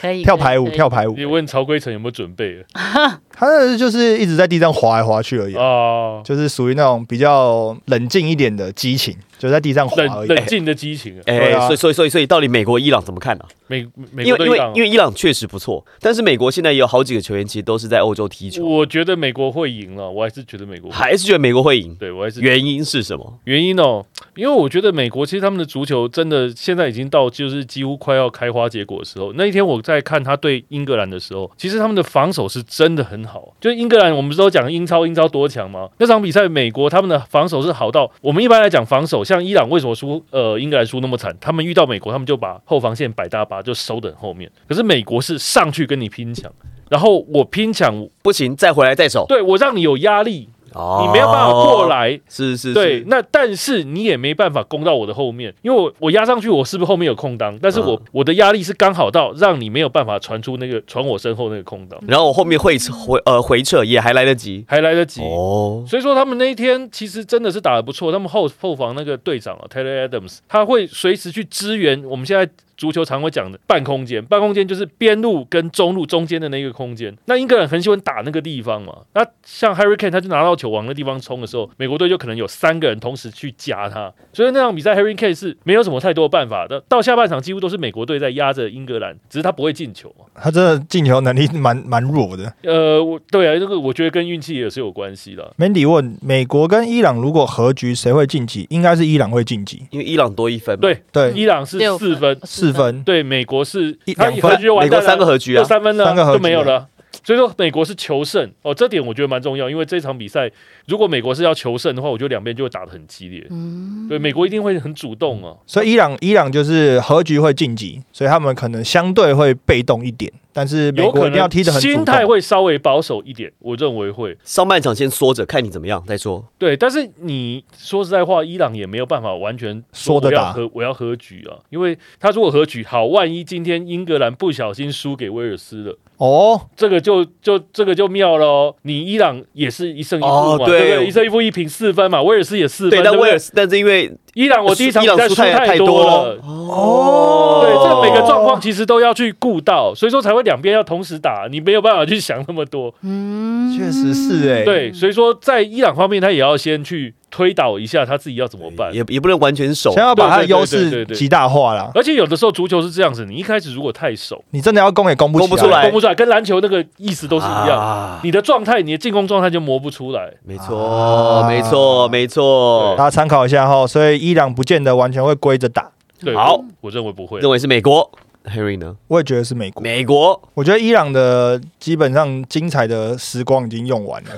可以跳排舞，跳舞，排舞你。问曹圭成有没有准备啊他的就是哦一直在地上滑来滑去而已啊，啊？就是属于那种比较冷静一点的激情。就在地上滑而冷已。冷静的激情啊，哎、对啊所以所以所以所以，到底美国伊朗怎么看呢、美美因为国队因为让因为伊朗确实不错，但是美国现在也有好几个球员其实都是在欧洲踢球，啊我觉得美国会赢了，我还是觉得美国会还是觉得美国会赢，对我还是原因是什么？原因哦，因为我觉得美国其实他们的足球真的现在已经到就是几乎快要开花结果的时候。那一天我在看他对英格兰的时候，其实他们的防守是真的很好。就是英格兰，我们不是都讲英超英超多强吗？那场比赛美国他们的防守是好到，我们一般来讲防守，像伊朗为什么输呃英格兰输那么惨？他们遇到美国，他们就把后防线摆大巴，就收得很后面。可是美国是上去跟你拼抢，然后我拼抢，不行，再回来再守，对我让你有压力，哦你没有办法过，来。是是是，对，那但是你也没办法攻到我的后面，因为我我压上去，我是不是后面有空档？但是我、嗯我的压力是刚好到让你没有办法传出那个传我身后那个空档，然后我后面会回呃回撤也还来得及还来得及。哦，所以说他们那一天其实真的是打得不错，他们后后防那个队长啊 Taylor Adams，他会随时去支援我们现在足球常会讲的半空间，半空间就是边路跟中路中间的那个空间。那英格兰很喜欢打那个地方嘛，那像 Harry Kane 他就拿到球往那地方冲的时候，美国队就可能有三个人同时去夹他，所以那场比赛 Harry Kane 是没有什么太多办法的。到下半场几乎都是美国队在压着英格兰，只是他不会进球嘛。他真的进球能力蛮蛮弱的。呃，我对啊，这个我觉得跟运气也是有关系的。 Mandy 问：美国跟伊朗如果和局，谁会晋级？应该是伊朗会晋级。因为伊朗多一分嘛，对，对，伊朗是六嗯四分，四分。对，美国是一他两分和局完美蛋国了，三个和局就啊，三分呢三个和局就没有了。所以说美国是求胜哦，这点我觉得蛮重要，因为这场比赛如果美国是要求胜的话，我觉得两边就会打得很激烈。嗯，对，美国一定会很主动哦。所以伊朗伊朗就是和局会晋级，所以他们可能相对会被动一点，但是美有国可一定要能踢得很主心态动。会稍微保守一点，我认为会上半场先缩着，看你怎么样再说。对。但是你说实在话，伊朗也没有办法完全说得我要打和我要和局啊，因为他如果和局好，万一今天英格兰不小心输给威尔斯了。哦，这个就就这个就妙了哦，你伊朗也是一胜一负嘛，哦对不对对？一胜一负一平四分嘛，威尔斯也四分，对，对但不威对尔斯，但是因为伊朗我第一场伊比朗赛输输太太多了。哦对，这每个状况其实都要去顾到，所以说才会两边要同时打，你没有办法去想那 么多。嗯确实是哎、对，所以说在伊朗方面，他也要先去推导一下他自己要怎么办。哎也也不能完全守想，要把他的对对对优对势对对极大化啦。而且有的时候足球是这样子，你一开始如果太熟，你真的要攻也攻不攻不出来来，攻不出来，跟篮球那个意思都是一样，啊你的状态，你的进攻状态就磨不出来。没错，啊没错，没错大。家参考一下哈。所以伊朗不见得完全会归着打，对，好，我认为不会认。为是美国，Harry 呢？我也觉得是美国。美国我觉得伊朗的基本上精彩的时光已经用完了，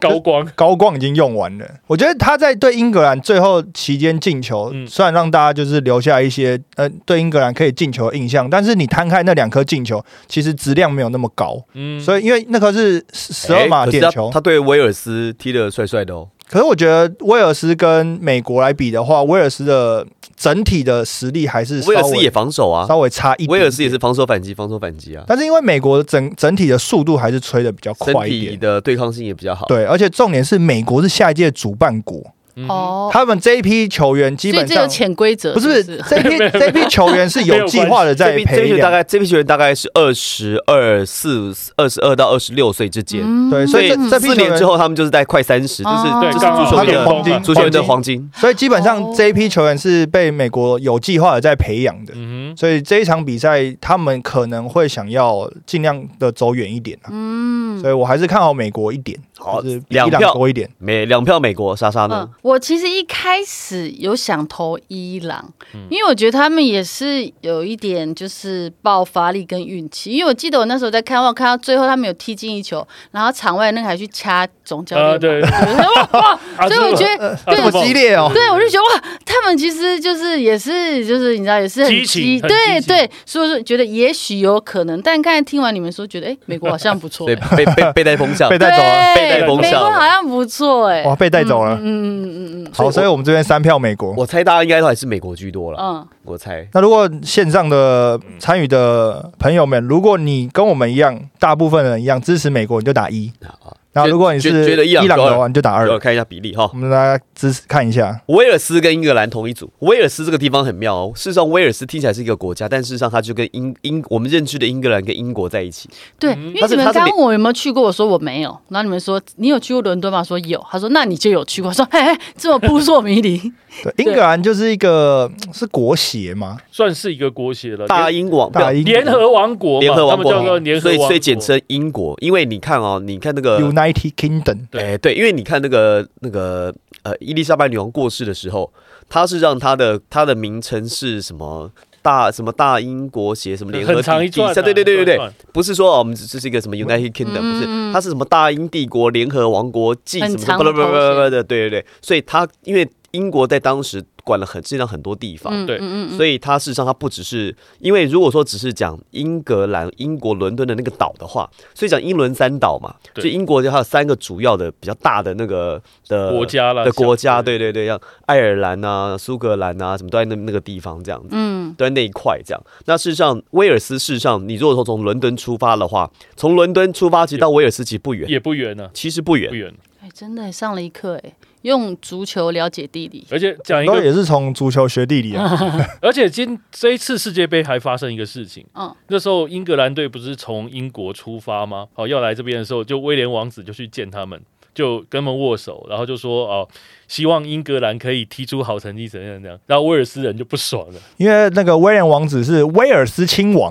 高光，高光已经用完了。我觉得他在对英格兰最后期间进球，嗯虽然让大家就是留下一些呃对英格兰可以进球的印象，但是你摊开那两颗进球，其实质量没有那么高。嗯，所以因为那颗是十二码哎可是点他球，他对威尔斯踢得帅帅的哦。可是我觉得威尔斯跟美国来比的话，威尔斯的整体的实力还是稍威微尔斯也防守啊，稍微差一点。威尔斯也是防守反击，防守反击啊，但是因为美国整整体的速度还是吹的比较身快一体啊点。的对抗性也比较好。对，而且重点是美国是下一届主办国，嗯哦，他们这一批球员基所以本这有上潜规则，不是不是这一批这一批球员是有计划的在这批这培批球员大养，概这批球员大概是二十二四二十二到二十六岁之间，对，所所以以嗯嗯这这批球四年员之，后他们就是在快三十，就是哦这对，是刚足好球他的的黄金足球的黄金。所以基本上哦这一批球员是被美国有计划的在培养的。嗯所以这一场比赛，他们可能会想要尽量的走远一点啊。嗯所。以我还是看好美国一点，好就是比伊两朗票多一点。美两票美国，莎莎嗯呢？，我其实一开始有想投伊朗，因为我觉得他们也是有一点就是爆发力跟运气。因为我记得我那时候在看，我看到最后他们有踢进一球，然后场外那个还去掐总教哼，啊，练，对，哇 哇！啊所以我觉这得，个啊这对么激烈哦！对，我就觉得哇，他们其实就是也是就是你知道也是很激情很对激情对，所以我就觉得也许有可能，但刚才听完你们说，觉得哎，美国好像不 错对，，哦被被被带风向 被，带走了，对被带风向美国好像不错哎，哇，被带走了。嗯嗯嗯嗯好，所以我们这边三票美国。我猜大家应该都还是美国居多了。嗯，我猜那如果线上的嗯参与的朋友们，如果你跟我们一样，大部分人一样支持美国，你就打一；啊，然后如果你是觉觉得伊朗高的话，你就打我二。看一下比例哈我。们大家支持看一下，威尔斯跟英格兰同一组。威尔斯这个地方很妙哦，事实上威尔斯听起来是一个国家，但事实上它就跟英英我们认知的英格兰跟英国在一起。对，嗯因为但是你们他是刚比问我有没有去过，我说我没有，然后你们说你有去过伦敦吗？我说有，他说那你就有去过，我说嘿嘿，这么扑朔迷 离，对，英格兰就是一个是国协嘛，算是一个国协了，大联英王大英联合王哦国嘛，联合王他们叫做国，联合所王以国，所以简称英国。因为你看哦，你看那个 United Kingdom，对哎，对，因为你看那个那个呃，伊丽莎白女王过世的时候，她是让她的她的名称是什么？大什么大英国协什么联合很长帝一串啊，地对对对对很对长，一串不是说哦，我们这是一个什么 United Kingdom，、不是，它是什么大英帝国联合王国暨什嗯很么什长么的不不不头衔不的，对对对，所以它因为英国在当时管了很世界上很多地哦方。嗯对嗯嗯所以它事实上它不只是，因为如果说只是讲英格兰、英国伦敦的那个岛的话，所以讲英伦三岛嘛，对所以英国就还有三个主要的比较大的那个的国家啦的国家，像呃对对对，像爱尔兰啊、苏格兰啊，什么都在那那个地方这样子。嗯，都在那一块这样。那事实上，威尔斯事实上，你如果说从伦敦出发的话，从伦敦出发其实到威尔斯其实不远，也不远呢，其实不不远。远。哎、真的上了一课哎、用足球了解地理，而且讲一都个，也是从足球学地理啊。而且今这一次世界杯还发生一个事情，嗯，那时候英格兰队不是从英国出发吗？好，要来这边的时候，就威廉王子就去见他们，就跟他们握手，然后就说哦，希望英格兰可以踢出好成绩，怎样怎样。然后威尔斯人就不爽了，因为那个威廉王子是威尔斯亲王，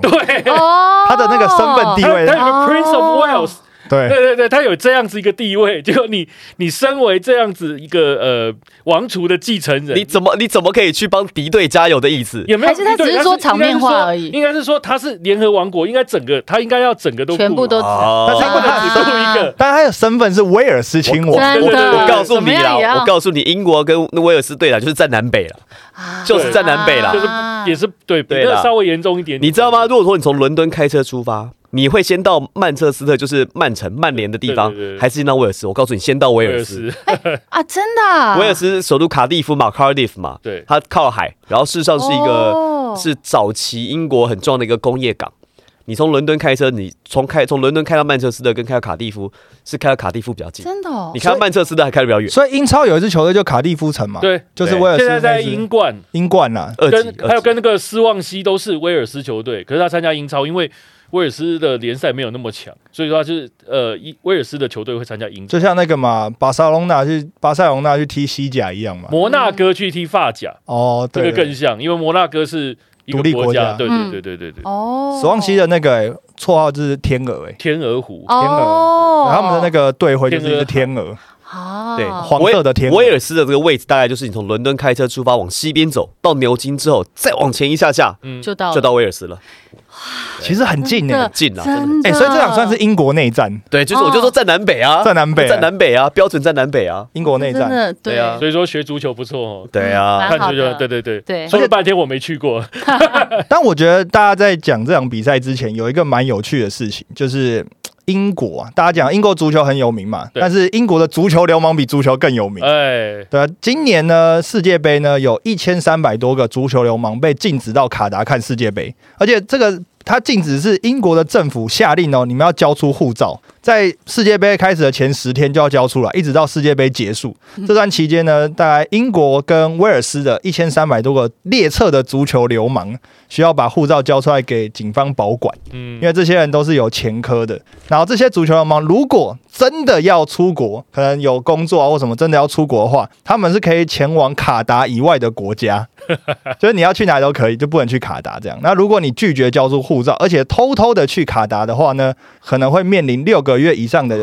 哦，他的那个身份地他位他有，个 Prince of 哦 Wales，对哎对，对对，他有这样子一个地位，就你你身为这样子一个呃王储的继承人，你怎么你怎么可以去帮敌对加油的意思？有没有？还是他对只是说场面话而已应该是说他是联合王国，应该整个他应该要整个都顾全部都哦但是他不能只顾一个。但他的身份是威尔斯亲我王，真的我我告诉怎么你样也啦，要我告诉你，英国跟威尔斯对打就是占南北了。啊就是在南北啦就是也是对比对啦那稍微严重一点点你知道吗？？如果说你从伦敦开车出发，你会先到曼彻斯特，就是曼城、曼联的地方对对对，对还是先到威尔斯？我告诉你，先到威威尔尔斯。斯，啊，真的、啊，威尔斯首都卡蒂夫嘛，Cardiff 嘛，对它靠海，然后事实上是一个、哦是早期英国很重要的一个工业港。你从伦敦开车，你从开从伦敦开到曼彻斯特跟开到卡蒂夫是开到卡蒂夫比较近，真的、哦你，开到曼彻斯特还开得比较远，所以英超有一支球队就卡蒂夫啊城嘛，，对，就是威尔斯现在在那支英冠，英冠啊啦，二级跟二级还有跟那个斯旺西都是威尔斯球队，可是他参加英超，因为威尔斯的联赛没有那么强，所以说他就是呃，一威尔斯的球队会参加英超。就像那个嘛，巴塞隆纳去巴塞隆纳去踢西甲一样嘛。摩纳哥去踢法甲，哦，这对，个对更像，因为摩纳哥是一独个立国国家对嗯对对对对对，哦，史旺西的那个欸绰号就是天鹅哎，天鹅湖。哦，然后他们的那个队徽就是一只天鹅，个啊，对黄色的天鹅威尔斯的这个位置大概就是你从伦敦开车出发往西边走到牛津之后，再往前一下下嗯，就到了就到威尔斯了，其实很近真哎的，近了，真的真的，哎，所以这场算是英国内战，对，就是我就说在南北啊，在南北，在南北啊，标准在南北啊，英国内真战，的对对啊所以说学足球不错哦。对啊蛮，看好足球，的对对对对说了半天我没去过，但我觉得大家在讲这场比赛之前，有一个蛮有趣的事情，就是。英国啊，大家讲英国足球很有名嘛，对但是英国的足球流氓比足球更有名。哎，对啊，今年呢世界杯呢有一千三百多个足球流氓被禁止到卡达看世界杯，而且这个它禁止是英国的政府下令哦，你们要交出护照，在世界杯开始的前十天就要交出来，一直到世界杯结束。这段期间呢，大概英国跟威尔斯的一千三百多个列册的足球流氓需要把护照交出来给警方保管。嗯因，为这些人都是有前科的。然后这些足球流氓如果真的要出国，可能有工作啊或什么，真的要出国的话，他们是可以前往卡达以外的国家，就是你要去哪里都可以，就不能去卡达这样。那如果你拒绝交出护照，而且偷偷的去卡达的话呢，可能会面临六个月以上的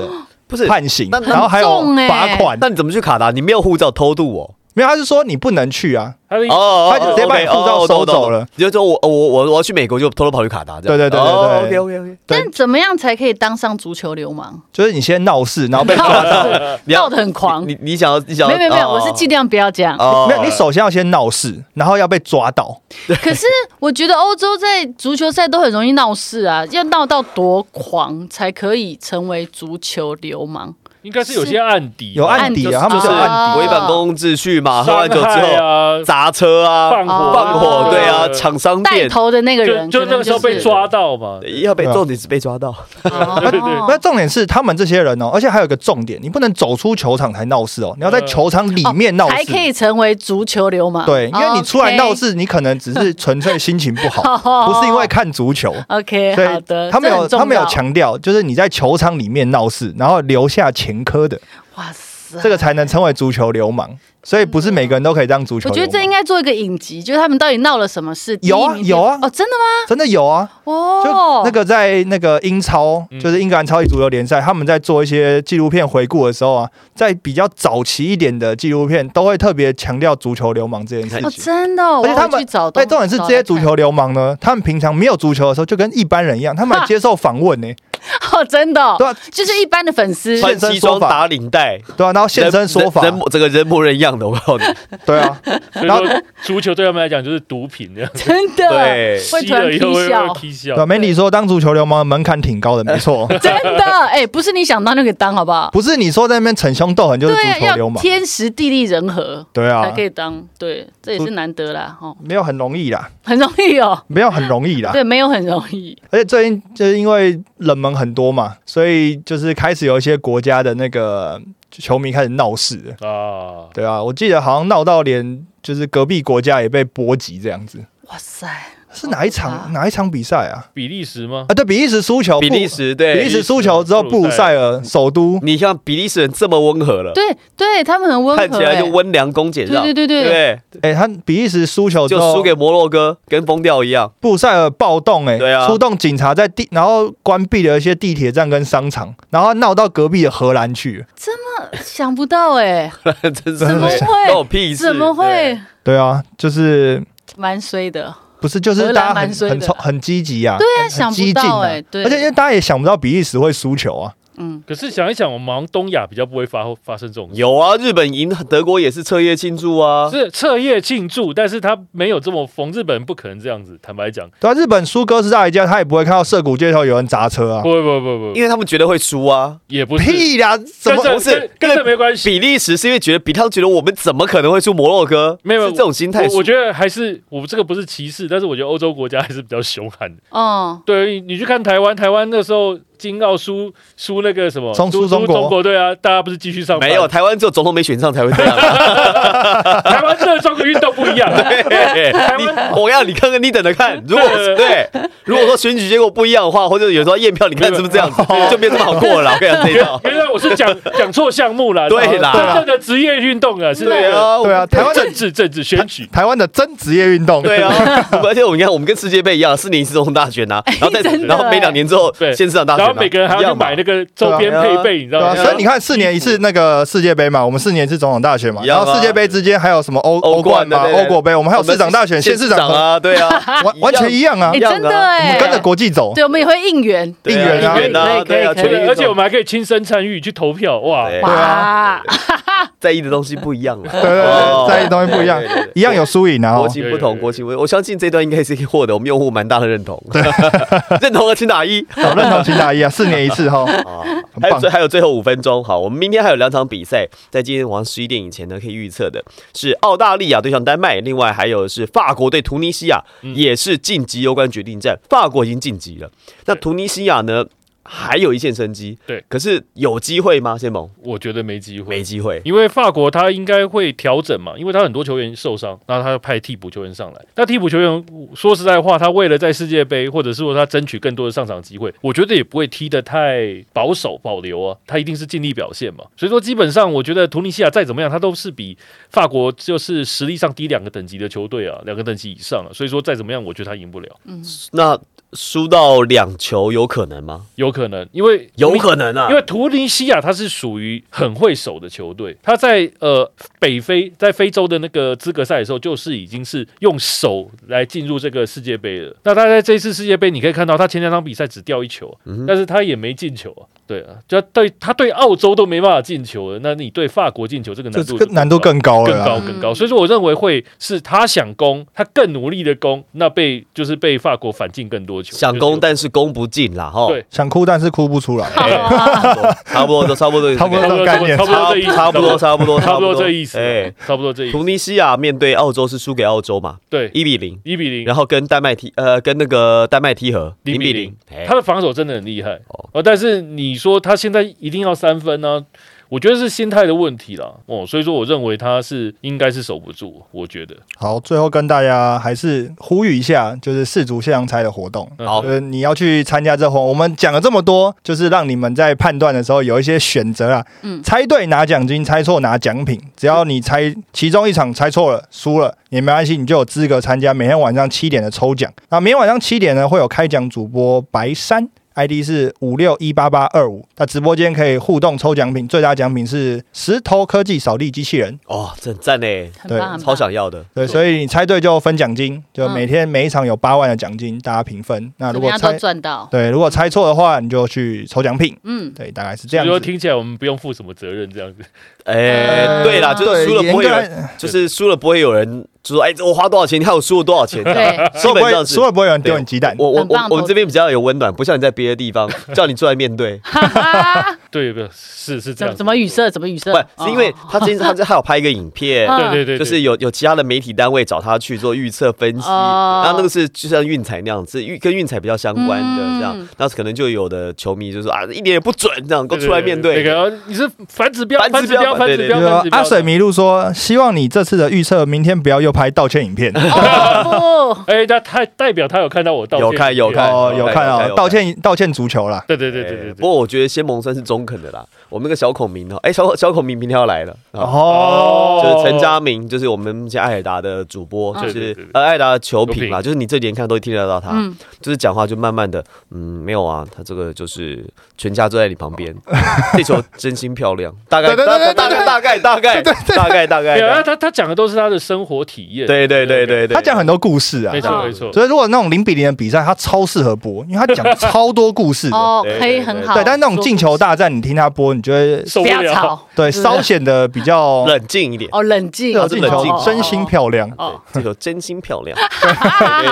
不是判刑，那然后还有很重欸罚款。那你怎么去卡达？你没有护照偷渡哦。没有，他是说你不能去啊。他的哦哦，他就直接把你护照收走了。你就说我哦我我我要去美国，就偷偷跑去卡达这样。对哦对对对对 OK OK OK。但怎么样才可以当上足球 流氓？就是你先闹事，然后被 抓到。你要闹得很狂你你想要你想没要？有没有没有，哦我是尽量不要 这样。哦没有，你首先要先闹事，然后要被抓到。 可是我觉得欧洲在足球赛都很容易闹事啊，要闹到多狂才可以成为足球流氓？应该是有些案底吧，有案底啊，他们就是是有案啊哦违反公共秩序嘛，喝伤完酒之害后啊，砸车啊、放火、放火，对啊，厂商带店头的那个就人就可那能个时候被是抓到嘛，要被对啊重点是被抓到，哦对对对底。那重点是他们这些人哦，而且还有一个重点，你不能走出球场才闹事哦，你要在嗯球场里面闹才事哦可。以成为足球流氓。哦对，因为你出来闹 OK 事，你可能只是纯粹心情不 好，好，不是因为看足球。 OK 所好的，以他们这有很重要他们有，强调，就是你在球场里面闹事，然后留下前科的，哇塞，这个才能称为足球流氓。所以不是每个人都可以当足球我流觉氓。得这应该做一个影集，就是他们到底闹了什么事？有啊第一名是有啊哦，真的吗？真的有啊，哦就，那个在那个英超，嗯就是英格兰超级足球联赛，他们在做一些纪录片回顾的时候啊，在比较早期一点的纪录片，都会特别强调足球流氓这件事哦，情。真的哦，而且他们我要去找东哎，西，重点是这些足球流氓呢，他们平常没有足球的时候，就跟一般人一样，他们还接受访问呢、 哦，真的哦，对吧、啊就是一般的粉 丝，穿身西说装法打领带，对啊，然后现身说法，人人整个人模人样的，我告诉你，对 啊，所以然说足球对他们来讲就是毒品这样，真的对会吸突然了以后踢会笑会，踢对啊，笑，梅里说当足球流氓的门槛挺高的，没 错，真的，哎，不是你想当就可以当，好不 好？不是你说在那边逞凶斗狠就是对足球啊，流要氓，天时地利人和对才啊可，以当，对，这也是难得啦，哦，没有很容易啦，很容易哦，没有很容易啦，对，没有很容易，而且最近就是因为冷门很多嘛，所以就是开始有一些国家的那个球迷开始闹事了，啊，对啊，我记得好像闹到连就是隔壁国家也被波及这样子，哇塞，是哪一好可怕场哪一场比赛啊？比利时吗啊，？对，比利时输球，比利布时比利对，时输球之后，布鲁塞尔首都你像比利时人这么温和了，对对，他们很温和，看起来就哎温良恭俭让，对对对对不对对，哎、他比利时输球之就后输给摩洛哥，跟疯掉一样， 布鲁塞尔暴动、欸，对啊出动警察在地，然后关闭了一些地铁站跟商场，然后闹到隔壁的荷兰去。想不到 哎，真是怎么的会关我屁事，怎么对会？对啊，就是蛮衰的？不是就是荷兰大家很蛮衰的很冲很积极啊，对啊，想很不激进到啊哎，对，而且因为大家也想不到比利时会输球啊，嗯，可是想一想，我们好像东亚比较不会发发生这种事，有啊，日本赢德国也是彻夜庆祝啊，是彻夜庆祝，但是他没有这么疯，日本人不可能这样子。坦白讲，对啊，日本输哥斯达黎加，他也不会看到涩谷街头有人砸车啊不，不不不因为他们觉得会输啊。也不是，屁啦，怎跟么这不是跟跟这没关系。比利时是因为觉得比他们觉得我们怎么可能会输摩洛哥？没有是这种心态输。我我觉得还是我这个不是歧视，但是我觉得欧洲国家还是比较凶悍的。哦，对你你去看台湾，台湾那时候金澳输输那个什么，中输输中国中国队啊，大家不是继续上 班？没有，台湾只有总统没选上才会这样。啊 台湾对中国运动不一样。对你我要你看看，你等着看。如果 对对，如果说选举结果不一样的话，或者有时候验票，你看是不是这样 子，就没这么好过了。我跟你讲这一套。原来我是讲讲错项目啦，对啦真正的职业运动啊，是那对个啊，对啊，台湾政的治政治选举。台湾的真职业运动，对，啊，而且我们看，我们跟世界杯一样，四年一次总统大选呐，然后再真的然后每两年之后，哎对县市长大选然啊，后每个人还一要样去嘛买那个周边配备，你知道对吗啊，？所以你看，看四年一次那个世界杯嘛，我们四年一次总统大选嘛，一样然啊后世界杯之间还有什么欧欧欧冠冠的嘛、对对欧国杯，我们还有市长大选、县市长和，啊，对啊， 完完全一样啊哎，一，样啊真的我哎，们跟着国际走。对，我们也会应援，对应援啊应援啊，可以可以对啊，可以全力运而动且我们还可以亲身参与去投票，哇！对对哇啊，在意的东西不一样了，对对对对，在意东西不一样对对对，一样有输赢啊。国哦情对不对同，对国情不同。我相信这段应该是可以获得我们用户蛮大的认同， 认同了请打一。好认同秦大一啊，四年一次哈，啊，很还有棒最。还有最后五分钟，好，我们明天还有两场比赛，在今天晚上十一点以前呢，可以预测的是澳大利亚对上丹麦，另外还有是法国对突尼西亚，嗯也是晋级攸关决定战。法国已经晋级了，那对突尼西亚呢还有一线生机，对，可是有机会吗？先萌我觉得没机没会，机会，因为法国他应该会调整嘛，因为他很多球员受伤，然后他派替补球员上来。那替补球员说实在话，他为了在世界杯或者是说他争取更多的上场机会，我觉得也不会踢得太保守保留啊，他一定是尽力表现嘛。所以说，基本上我觉得突尼西亚再怎么样，他都是比法国就是实力上低两个等级的球队啊，两个等级以上啊。所以说再怎么样，我觉得他赢不了，那输到两球有可能吗？有可能因为有可能啊，因为图尼西亚它是属于很会守的球队，它在呃北非在非洲的那个资格赛的时候，就是已经是用手来进入这个世嗯界杯了。那他在这一次世界杯，你可以看到他前两场比赛只掉一球，但是他也没进球啊。对啊，就他对他对澳洲都没办法进球了，那你对法国进球这个这难度这个难度更高了啊更啦，高嗯更高，所以说我认为会是他想攻，他更努力的攻，那被就是被法国反进更多球，想就是攻但是攻不进啦，哈，对想哭但是哭不出来。好啊，差不多，差不多都差不多，差不多差不多概念差不多这意思，差不多， 差不多，差不多这意思，啊哎，差不多这意思，突尼西亚面对澳洲是输给澳洲嘛，对，一比零，一比零然。后跟丹麦踢，呃，跟那个丹麦踢和0零比比0零，哎他的防守真的很厉害哦哦，但是你说他现在一定要三分呢、我觉得是心态的问题啦，哦，所以说我认为他是应该是守不住，我觉得好，最后跟大家还是呼吁一下，就是世足现象猜的活动。嗯好呃，你要去参加这活，我们讲了这么多，就是让你们在判断的时候有一些选择啊。嗯猜对拿奖金，猜错拿奖品。只要你猜其中一场猜错了，输了也没关系，你就有资格参加每天晚上七点的抽奖。那明天晚上七点呢，会有开奖主播白山。ID 是五六一八八二五，那直播间可以互动抽奖品，最大奖品是石头科技扫地机器人。哦，真赞呢，很棒，很棒超想要的，对，所以你猜对就分奖金，就每天每一场有八万的奖金，大家平分。那怎如么果样都猜赚到，对，如果猜错的话，你就去抽奖品。 嗯，对，大概是这所样以说子。听起来我们不用负什么责任这样子， 哎，呃对啦，就对，是输了严不会格有人，来就是输了不会有人就说，哎，我花多少钱，你看我输了多少钱，啊对， 基本上是输了不会有人丢你鸡蛋。我我很我棒我们这边比较有温暖，不像你在别的地方叫你坐在面 对，哈哈，对不？是是这怎样么子，怎么语塞，怎么语塞，不是因为他今他这还有拍一个影片，哦嗯对对对，对就是有有其他的媒体单位找他去做预测分析，哦然后那个是就像运彩那样子，运跟运彩比较相关的嗯这样，那可能就有的球迷就说啊，一点也不准这样，给我出来面那对。哎个哦你是反指标，反反指指标标，反对指对啊标，就反说指标。阿水迷路说，希望你这次的预测明天不要又拍道歉影片。哦 不，哎，他他代表他有看到我道歉，有看有看哦，有看有哦看有，道歉道歉足球啦。对对对哎对对不对。过我觉得先蒙算是中肯的啦。我们那个小孔明哦，哎、小小孔明明天要来了，啊，哦，就是陈佳明，就是我们目前艾尔达的主播，嗯就哦对对是对对呃艾尔达的球评球啦，评就是你这连看都听得到他，嗯，就是讲话就慢慢的，嗯，没有啊，他这个就是全家坐在你旁 边，这球真心漂亮，大概对大对概对大概大概大概大概大没有，概他，他他讲的都是他的生活体验，对对对对对，他讲很多故事啊没。嗯错没错。所以如果那种零比零的比赛，他超适合播，因为他讲超多故事的。哦，对可以对很对好，对，但是那种进球大战，你听他播，你就会受不不要了，吵，对是稍显得比较冷静一点，哦，冷静，热是进冷静球，真心漂亮。哦，这球真心漂 亮，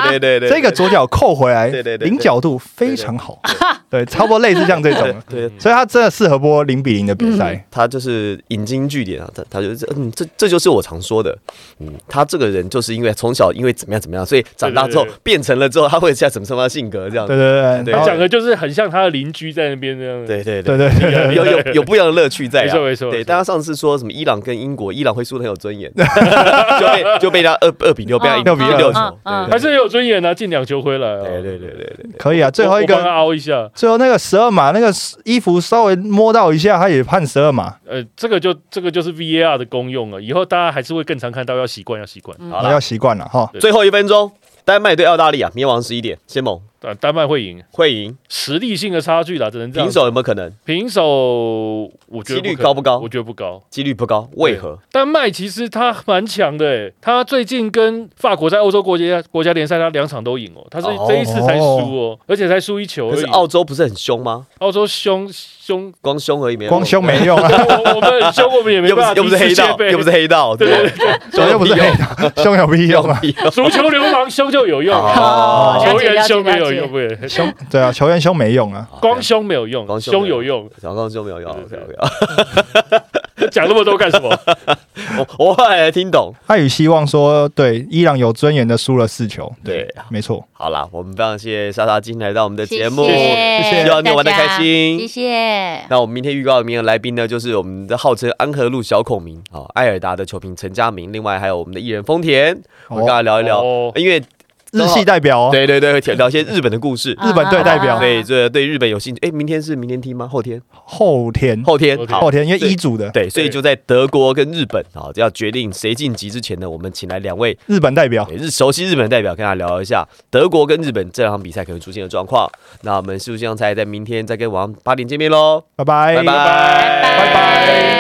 对对对对，这个左脚扣回来，对对对对零角度非常好， 对，差不多类似像这种，对。所以他真的适合播零比零的比赛。他就是引经据典啊，他他就是嗯，这这就是我常说的，嗯，他这个人就是因为从小因为怎么样怎么样，所以长大之后对对对变成了之后，他会像什么什么样的性格这样，对对对，嗯对然他后讲的就是很像他的邻居在那边那样子。对对对对对对，有有有不一样的乐趣在没啊错。没错，对，没错但他上次说什么伊朗跟英国，伊朗会输的很有尊 严，就被就被他二二比六，被他嗯赢六比嗯六嗯球，嗯还是有尊严啊，进两球回来啊。对对对对对对可以啊。最后一我我帮他个，凹一下，最后那个十二码，那个衣服稍微摸到一下，他也判十二码，呃，这个就这个就是 VAR 的功用了，以后大家还是会更常看到，要习惯要习惯。嗯好我了要，习惯了哈。对最后一分钟，丹麦对澳大利亚，明天晚上十一点，先猛但丹麦会赢，会赢，实力性的差距啦，只能这样。平手有没有可能？平手，我觉几得率可能高不高我觉得不高。几率不高，为何？丹麦其实他蛮强的，诶，他最近跟法国在欧洲国家国家联赛，他两场都赢哦，他是哦这一次才输哦，而且才输一球可而是已。澳洲不是很凶吗？澳洲凶凶， 光凶而已，没有光凶没用啊，我我们很凶，我们也没又不办法是又不是第黑四界道，杯又不是黑道，对对凶又不是黑道，凶有屁用啊。 对，足球流氓凶就有用，哦球员了解凶没有了解用，不是凶对啊，球员凶没用啊。光凶没有用，光凶没有凶有用。小光凶没有用对对，OK 对 OK，讲那么多干什 么？我我 后来才听懂，爱与希望说，对，伊朗有尊严的输了四球，对，没错。好啦，我们非常谢谢莎莎今天来到我们的节目，谢谢希望你玩的开谢心。谢。那我们明天预告的名额来宾呢，就是我们的号称安和路小孔明啊、哦，艾尔达的球评陈佳明，另外还有我们的艺人丰田，我们哦跟他聊一聊，哦因为日系代表哦，对对对，会聊一些日本的故事。日本队代表啊对，这对日本有兴趣。哎，明天是明天踢吗？后天？后天后天后？天好哦后，天，因为对一组的对，所以就在德国跟日本啊、哦，要决定谁晋级之前呢，我们请来两位日本代表。对日熟悉日本的代表跟他聊一下德国跟日本这场比赛可能出现的状况。那我们是不是这样才在明天再跟晚上八点见面喽？哎拜拜，拜拜，拜拜。